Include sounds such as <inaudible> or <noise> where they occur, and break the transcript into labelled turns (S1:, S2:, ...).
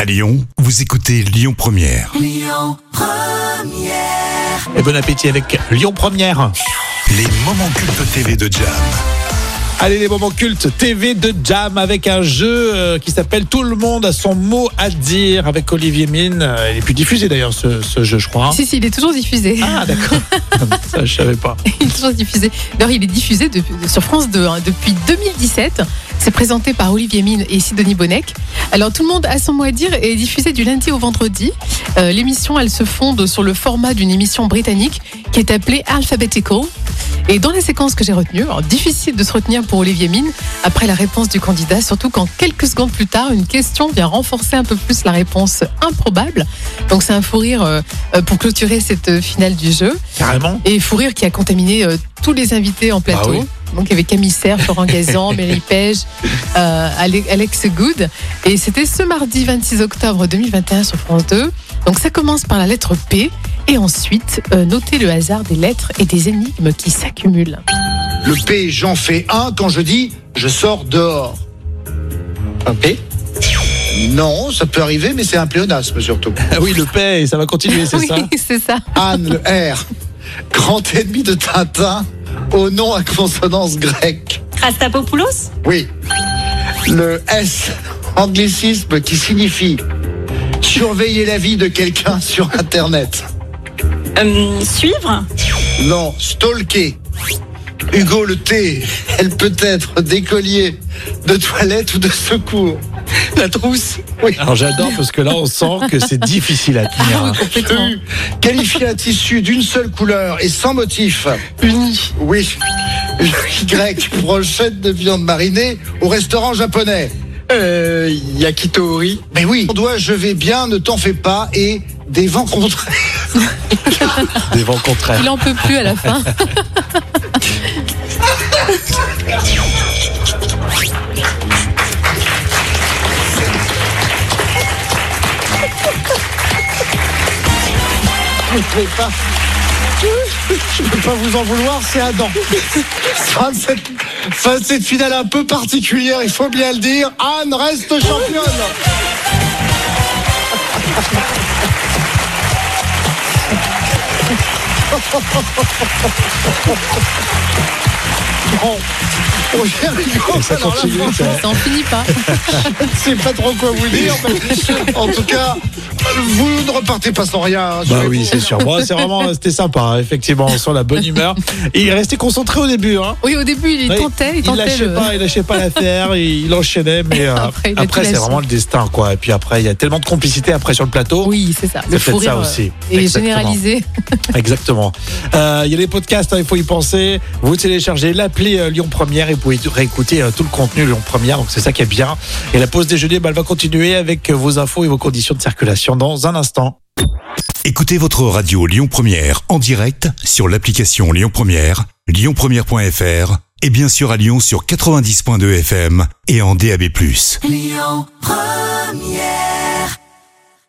S1: À Lyon, vous écoutez Lyon Première.
S2: Et bon appétit avec Lyon Première.
S1: Les moments cultes TV de Jam.
S2: Allez les moments cultes TV de Jam avec un jeu euh, qui s'appelle Tout le monde a son mot à dire avec Olivier Mine. Euh, Il est plus diffusé d'ailleurs ce, ce jeu je crois.
S3: Si, si, il est toujours diffusé.
S2: Ah
S3: <laughs>
S2: d'accord. Ça je savais pas.
S3: Il est toujours diffusé. D'ailleurs, il est diffusé depuis- sur France 2 hein, depuis 2017. C'est présenté par Olivier Mine et Sidonie Bonnec. Alors, tout le monde a son mot à dire et est diffusé du lundi au vendredi. Euh, L'émission, elle se fonde sur le format d'une émission britannique qui est appelée Alphabetical. Et dans la séquence que j'ai retenue, alors, difficile de se retenir pour Olivier Mine après la réponse du candidat, surtout quand quelques secondes plus tard, une question vient renforcer un peu plus la réponse improbable. Donc c'est un fou rire euh, euh, pour clôturer cette euh, finale du jeu.
S2: Carrément.
S3: Et fou rire qui a contaminé euh, tous les invités en plateau.
S2: Ah oui.
S3: Donc il y avait Camille Serre,
S2: <laughs>
S3: Florent Gazan, Mary Page, euh, Ale- Alex Good. Et c'était ce mardi 26 octobre 2021 sur France 2. Donc ça commence par la lettre P. Et ensuite, euh, notez le hasard des lettres et des énigmes qui s'accumulent.
S4: Le P, j'en fais un quand je dis je sors dehors. Un P Non, ça peut arriver, mais c'est un pléonasme surtout.
S2: Ah oui le paix, ça va continuer c'est
S3: oui,
S2: ça.
S3: <laughs> c'est ça.
S4: Anne, le R, grand ennemi de Tintin, au nom à consonance grecque.
S5: Astapopoulos
S4: Oui. Le S, anglicisme qui signifie surveiller la vie de quelqu'un sur Internet.
S5: Euh, Suivre
S4: Non, stalker. Hugo le T, elle peut être d'écolier, de toilette ou de secours.
S2: La trousse.
S4: Oui.
S2: Alors j'adore parce que là on sent que c'est difficile à
S3: Ah
S2: tenir. hein.
S3: Complètement.
S4: U. Qualifier un tissu d'une seule couleur et sans motif.
S2: Uni.
S4: Oui. Y. Brochette de viande marinée au restaurant japonais.
S6: Euh, Yakitori.
S4: Mais oui. On doit je vais bien, ne t'en fais pas et des vents contraires.
S2: Des vents contraires.
S3: Il en peut plus
S2: <laughs>
S3: à la fin.
S4: Je ne peux pas. Je peux pas vous en vouloir, c'est un dent. Fin de cette, fin de cette finale un peu particulière, il faut bien le dire. Anne reste championne. Bon, on y arrive.
S2: Ça
S4: Alors là,
S2: continue.
S4: franchement,
S3: Ça en finit pas.
S4: je sais pas trop quoi vous dire. mais en tout cas, vous ne repartez pas sans rien. hein,
S2: Bah
S4: sur les
S2: oui
S4: bons.
S2: c'est sûr. Bon, c'est vraiment c'était sympa hein, effectivement on sent la bonne humeur. Et il est resté concentré au début hein.
S3: Oui, au début, il
S2: Oui,
S3: tentait, il
S2: il
S3: tentait
S2: lâchait
S3: le.
S2: pas, il lâchait pas
S3: <laughs>
S2: l'affaire, il, il enchaînait, mais euh,
S3: Après,
S2: après,
S3: il a tout
S2: c'est
S3: lâché.
S2: vraiment le destin, quoi. Et puis après, il y a tellement de complicité après sur le plateau.
S3: Oui, c'est ça.
S2: C'est
S3: Le fou
S2: peut-être ça
S3: rire, euh,
S2: aussi.
S3: Et
S2: Exactement.
S3: généralisé.
S2: Exactement. Euh, Il y a les podcasts, hein, il faut y penser. Vous téléchargez l'appli euh, Lyon Première et vous pouvez réécouter euh, tout le contenu Lyon Première. Donc c'est ça qui est bien. Et la pause déjeuner, bah, elle va continuer avec euh, vos infos et vos conditions de circulation dans un instant.
S1: Écoutez votre radio Lyon Première en direct sur l'application Lyon Première, lyonpremière.fr et bien sûr à Lyon sur 90.2 FM et en DAB+.